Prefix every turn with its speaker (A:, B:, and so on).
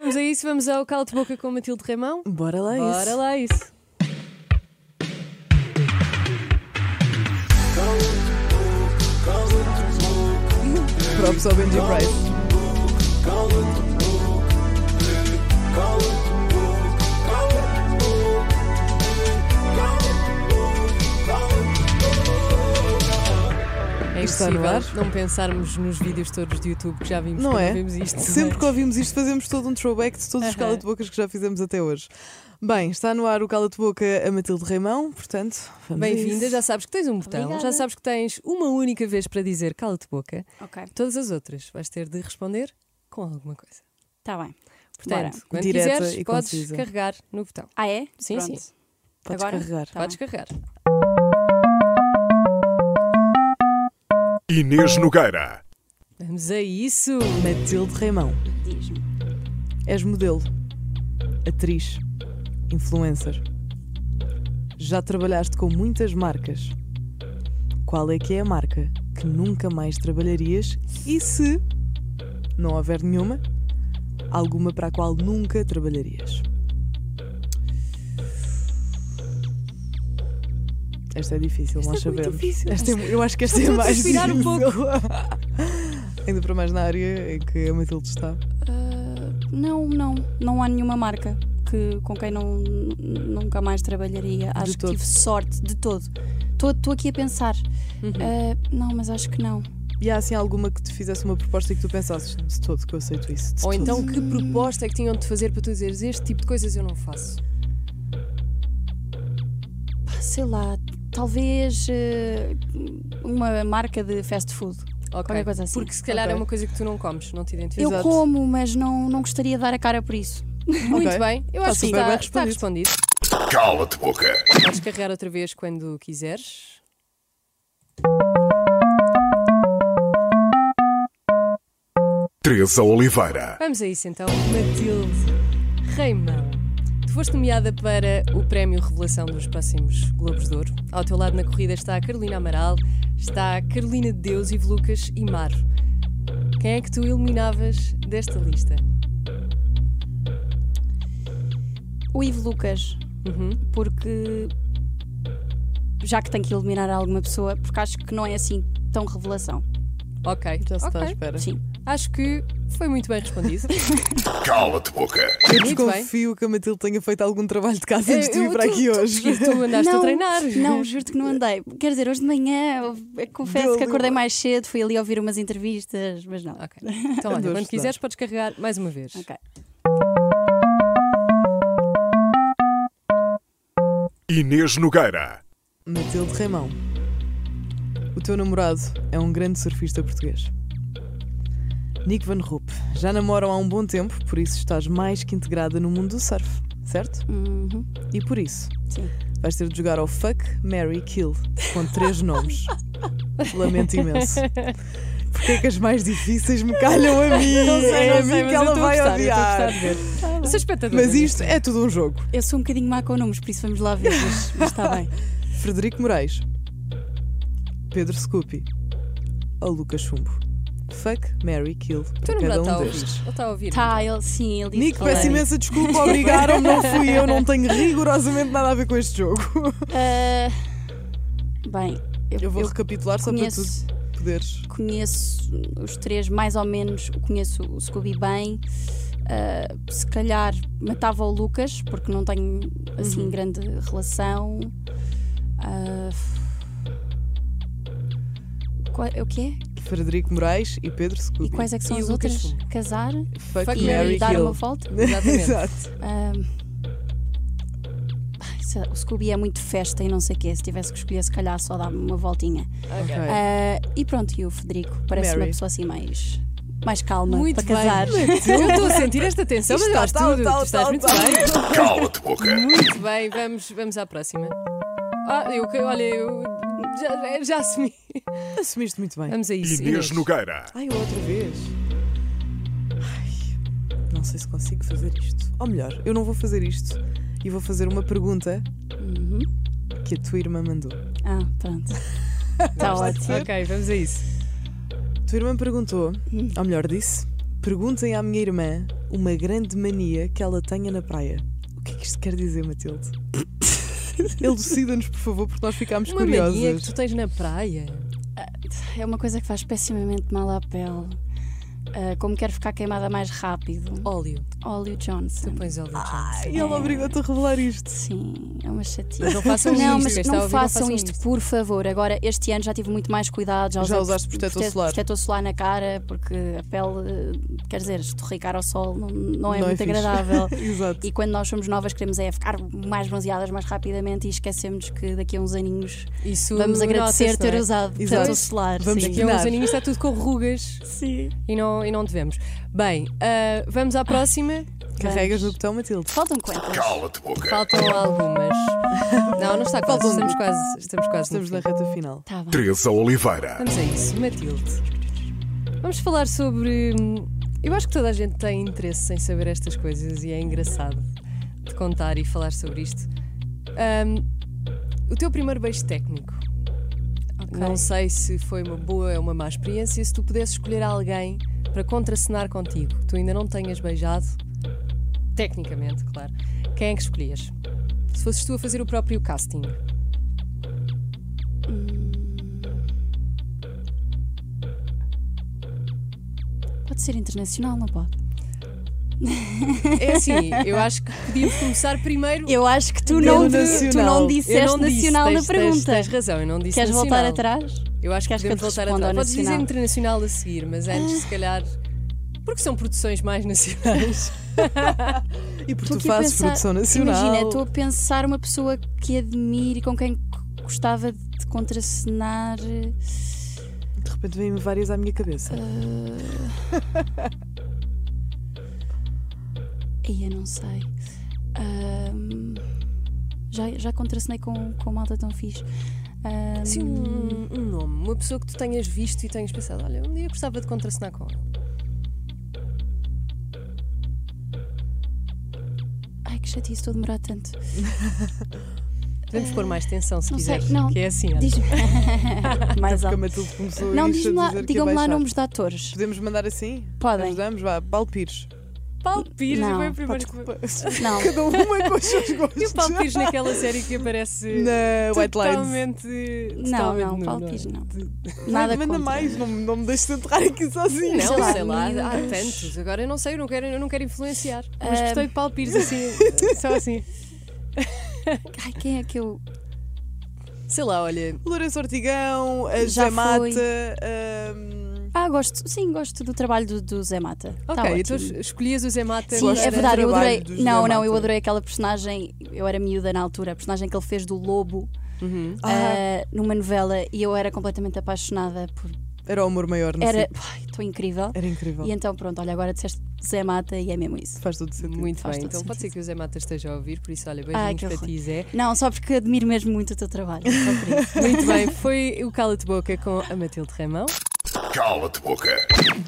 A: Vamos a isso, vamos ao Cala-te Boca com Matilde Raimão.
B: Bora lá É isso.
A: Bora lá isso.
B: Props ao Benji Price.
A: É
B: Está no ar?
A: impossível não pensarmos nos vídeos todos do YouTube que já vimos
B: Não
A: quando
B: é?
A: vimos isto.
B: Sempre que ouvimos isto, fazemos todo um throwback de todos os
A: Aham.
B: cala de bocas que já fizemos até hoje. Bem, está no ar o cala de boca a Matilde Raimão, portanto, vamos a
A: Bem-vinda,
B: isso.
A: já sabes que tens um botão,
C: Obrigada.
A: já sabes que tens uma única vez para dizer cala-te boca.
C: Ok,
A: Todas as outras vais ter de responder com alguma coisa.
C: está Tá bem.
A: Portanto,
C: Bora.
A: quando
B: Direta
A: quiseres,
B: e
A: podes
B: concisa.
A: carregar no botão.
C: Ah, é?
A: Sim,
C: Pronto.
A: sim.
B: Podes
C: Agora?
B: carregar.
C: Tá
A: podes
C: bem.
A: carregar.
D: Inês Nogueira.
A: Vamos a isso.
B: Matilde Raimão,
C: Diz-me.
B: és modelo, atriz, influencer. Já trabalhaste com muitas marcas. Qual é que é a marca que nunca mais trabalharias e se não houver nenhuma, alguma para a qual nunca trabalharias? Esta é difícil,
A: Esta
B: nós
A: é muito
B: sabemos.
A: difícil.
B: Esta é mu- eu acho que esta é
A: Estou a
B: mais
A: transpirar um
B: difícil. Ainda para mais na área em que a Matilde está.
C: Ah, não, não. Não há nenhuma marca que, com quem não, n- nunca mais trabalharia. Acho que
B: todo.
C: tive sorte de todo. Estou aqui a pensar.
A: Uhum.
B: Hum.
C: Ah, não, mas acho que não.
B: E há assim alguma que te fizesse uma proposta e que tu pensasses de todo que eu aceito isso? de
A: Ou
B: todo."
A: então, que proposta é que tinham de fazer para tu dizeres este tipo de coisas eu não faço?
C: Pá, sei lá, talvez ah, uma marca de fast food.
A: Ok.
C: Qualquer coisa assim.
A: Porque se calhar
B: Ok.
A: é uma coisa que tu não comes, não te identificas.
C: Eu
B: Exato.
C: como, mas não, não gostaria de dar a cara por isso.
A: Muito
B: Ok.
A: bem, eu
B: Está
A: acho que
B: super
A: está,
B: bem
A: está respondido.
D: Cala-te boca.
A: Podes carregar outra vez quando quiseres.
D: Teresa Oliveira.
A: Vamos a isso então, Matilde Reimão. Tu foste nomeada para o Prémio Revelação dos próximos Globos de Ouro. Ao teu lado na corrida está a Carolina Amaral, está a Carolina de Deus, Ivo Lucas e Maro. Quem é que tu eliminavas desta lista?
C: O Ivo Lucas,
A: Uhum.
C: porque já que tenho que eliminar alguma pessoa, porque acho que não é assim tão revelação.
A: Ok,
B: Já se
A: ok.
B: está à espera.
C: Sim.
A: Acho que foi muito bem respondido.
D: Cala-te boca.
B: Eu
A: Muito
B: desconfio que a Matilde tenha feito algum trabalho de casa antes de vir
A: Eu-
B: para
A: tu-
B: aqui
A: tu-
B: hoje.
A: Tu andaste a treinar.
C: Não, juro que não andei. Quer dizer, hoje de manhã, eu confesso
B: Deu
C: que
B: ali
C: acordei
B: uma-
C: mais cedo, fui ali ouvir umas entrevistas, mas não.
A: Ok. Então, olha,
B: Andou a
A: quando
B: estudar.
A: quiseres, podes carregar mais uma vez.
C: Ok.
D: Inês Nogueira.
B: Matilde Raimão, o teu namorado é um grande surfista português. Nick Van Roop, já namoram há um bom tempo, por isso estás mais que integrada no mundo do surf, certo?
C: Uhum.
B: E por isso,
C: Sim.
B: vais ter de jogar ao Fuck, Mary, Kill, com três nomes. Lamento imenso. Porque é que as mais difíceis me calham a mim?
A: Não sei,
B: é
A: não
B: a mim
A: sei, mas
B: que
A: eu
B: ela
A: estou a
B: vai
A: gostar, eu estou a
B: odiar.
A: gostar de ver. Sou espectadora.
B: Mas isto é tudo um jogo.
C: Eu sou um bocadinho má com números, por isso vamos lá ver, mas, mas está bem.
B: Frederico Moraes, Pedro Scupi ou Lucas Chumbo. Fuck, Mary, Kill
A: O teu
B: para
A: namorado está a
B: cada um
A: ouvir.
B: destes.
A: Ele está a ouvir.
C: Tá, ele, sim, ele disse
B: Nico,
C: que falei.
B: peço imensa desculpa, obrigaram, não fui eu, não tenho rigorosamente nada a ver com este jogo.
C: Ah, Bem, eu,
B: Eu vou
C: eu
B: recapitular só para tu
C: conheço,
B: poderes.
C: conheço os três, mais ou menos, conheço o Scooby bem. Ah, se calhar matava o Lucas, porque não tenho assim grande relação. Ah, qual- é o quê?
B: Frederico Moraes e Pedro
C: E
B: Scupi.
C: quais é que são
A: E o
C: as
A: Lucas
C: outras?
A: Fumo.
C: Casar
B: Fuck,
A: Fuck,
C: e
B: Mary,
C: dar
B: Kill.
C: uma volta?
A: Exatamente.
B: Exato.
C: Ah, ai, sei lá, o Scooby é muito festa e não sei o quê. Se tivesse que escolher, se calhar só dava uma voltinha.
A: Ok.
B: Ok.
C: Ah, e pronto, e o Federico parece
B: Mary.
C: uma pessoa assim mais, mais calma
A: Muito
C: para casar.
A: bem. Eu estou a sentir esta tensão, mas
B: Isto tá,
A: estás
B: está tal,
A: tudo.
B: tal,
A: tu estás
B: tal,
A: muito
B: tal.
A: bem.
D: Cala-te boca.
A: Muito bem, vamos, vamos à próxima. Ah, eu, olha, eu já, já assumi.
C: Ah.
B: Assumiste muito bem.
A: Vamos a isso.
D: Inês Nogueira.
B: Ai, outra vez. Ai, não sei se consigo fazer isto. Ou melhor, eu não vou fazer isto. E vou fazer uma pergunta
C: Uhum.
B: que a tua irmã mandou.
C: Ah, pronto. Está ótimo.
A: Ok, vamos a isso.
C: Hum.
B: A tua irmã perguntou, ou melhor, disse: Perguntem à minha irmã uma grande mania que ela tenha na praia. O que é que isto quer dizer, Matilde? Elucida-nos, por favor, porque nós ficámos
A: Uma
B: curiosas.
A: mania que tu tens na praia.
C: É uma coisa que faz pessimamente mal à pele. Ah, como quero ficar queimada mais rápido.
A: Óleo.
C: Óleo Johnson.
A: Tu pões óleo Johnson.
B: E ela obrigou-te a revelar isto.
C: Sim, é uma chatice.
B: Ah.
A: Mas não façam
C: Não,
A: isto,
C: mas
A: quem está a
C: não
A: ouvir, não
B: um
C: façam
A: façam
C: isto,
A: isto.
C: por favor. Agora, este ano já tive muito mais cuidado. Já,
B: Já
C: usei
B: usaste protetor
C: prote-
B: solar.
C: Protetor solar na cara, porque a pele, eh, quer dizer, estorricar ao sol não, não é
B: Não é
C: muito
B: fixe.
C: agradável.
B: Exato.
C: E quando nós somos novas, queremos é ficar mais bronzeadas mais rapidamente e esquecemos que daqui a uns aninhos
A: Isso
C: vamos agradecer
A: nota-se,
C: ter
A: não é?
C: usado
B: Exato.
C: protetor solar.
B: Vamos
C: sim.
A: Daqui a uns
B: Nada.
A: aninhos está tudo com rugas
C: Sim.
A: e não, e não devemos. Bem, ah, vamos à próxima.
B: Carregas no botão, Matilde.
C: Faltam quantas?
D: Cala-te boca.
A: Faltam algumas. Não, não está quase. Estamos quase. Estamos quase. no
B: Estamos na
A: fim.
B: reta final.
C: Tá bem.
D: Teresa Oliveira.
A: Vamos a isso, Matilde. Vamos falar sobre. hum, Eu acho que toda a gente tem interesse em saber estas coisas e é engraçado de contar e falar sobre isto. Hum, o teu primeiro beijo técnico.
C: Ok.
A: Não sei se foi uma boa ou uma má experiência. Se tu pudesses escolher alguém para contracenar contigo, que tu ainda não tenhas beijado, tecnicamente, claro, quem é que escolhias? Se fosses tu a fazer o próprio casting,
C: Pode ser internacional, não pode?
A: é assim, eu acho que podíamos começar primeiro.
C: Eu acho que tu
B: Nível
C: não,
B: nacional.
C: tu não disseste
A: Eu não disse,
C: nacional
A: tens-
C: na
A: tens-
C: pergunta.
A: Tens, razão, eu não disse
C: Queres
A: nacional.
C: voltar atrás?
A: Eu acho que
C: Queres
A: podemos
C: que eu te
A: voltar
C: responda
A: atrás.
C: ao
A: Podes dizer
C: nacional? Ah.
A: internacional a seguir, mas antes, se calhar. Porque são produções mais nacionais.
B: E porque
C: Estou
B: tu
C: aqui a
B: fazes
C: pensar-
B: produção nacional.
C: Imagina, estou a pensar uma pessoa que admire e com quem c- gostava de contracenar. eh,
B: De repente vêm-me várias à minha cabeça.
C: Eh, Aí eu não sei. Ahm, já, já contracenei com, com malta tão fixe. Ahm,
A: Assim, um, um nome, uma pessoa que tu tenhas visto e tenhas pensado, olha, um dia gostava de contracenar com ela.
C: Ai que chatice, estou a demorar tanto.
A: Podemos pôr mais tensão se
C: Não sei,
A: quiseres.
C: não.
A: Que é assim, olha.
C: Diz-me. Mais
B: Porque a
C: alto.
B: Matilde começou
C: Não,
B: isto a
C: diz-me lá,
B: dizer que é ia
C: digam-me lá
B: baixar.
C: nomes de atores.
B: Podemos mandar assim?
C: Podem.
B: Ajudamos, vá. Paulo Pires.
A: Paulo Pires
C: Não,
A: foi o
B: Pá,
A: primeiro
B: desculpa.
A: que...
C: Não,
B: Cada uma com os seus gostos.
A: E o Paulo Pires naquela série que aparece
B: Na White Lines.
A: totalmente, totalmente
C: é não, não,
A: nu,
C: Paulo
A: é?
C: Pires, não. Nada
B: Manda
C: contra.
B: mais, não, me- não me deixes enterrar aqui sozinha.
A: Não,
C: Sei lá,
A: sei lá,
C: mil
A: há
C: euros.
A: tantos. Agora eu não sei, eu não quero, eu não quero influenciar. Mas
C: Ah,
A: gostei de Paulo Pires assim, só assim.
C: Ai, quem é que eu.
A: Sei lá, olha,
B: Lourenço Ortigão, a hum,
C: Já
B: Zé Mata.
C: fui.
B: ahm,
C: Ah, gosto, sim, gosto do trabalho do, do Zé Mata. Tá
A: ok, então
C: ótimo.
A: escolhias o Zé Mata.
C: Sim,
B: Gosto
C: é
B: do
C: verdade, eu
B: trabalho
C: adorei.
B: do José
C: Não, não, eu
B: Mata.
C: adorei aquela personagem. Eu era miúda na altura, a personagem que ele fez do Lobo
A: Uhum.
B: ah,
C: ah, numa novela e eu era completamente apaixonada por.
B: era o amor maior, não
C: Era
B: sei.
C: Ai, tão incrível.
B: Era incrível.
C: E então, pronto, olha, agora disseste Zé Mata e é mesmo isso.
B: Faz todo sentido.
A: Muito
C: Faz
A: bem,
C: todo
A: então pode ser
C: sentido.
A: que o Zé Mata esteja a ouvir, por isso, olha, beijinhos
C: Ai, que
A: para
C: horror.
A: ti, Zé.
C: Não, só porque admiro mesmo muito o teu trabalho. é Só por isso.
A: Muito bem, foi o Cala-te Boca com a Matilde Ramão.
D: Cala-te boca.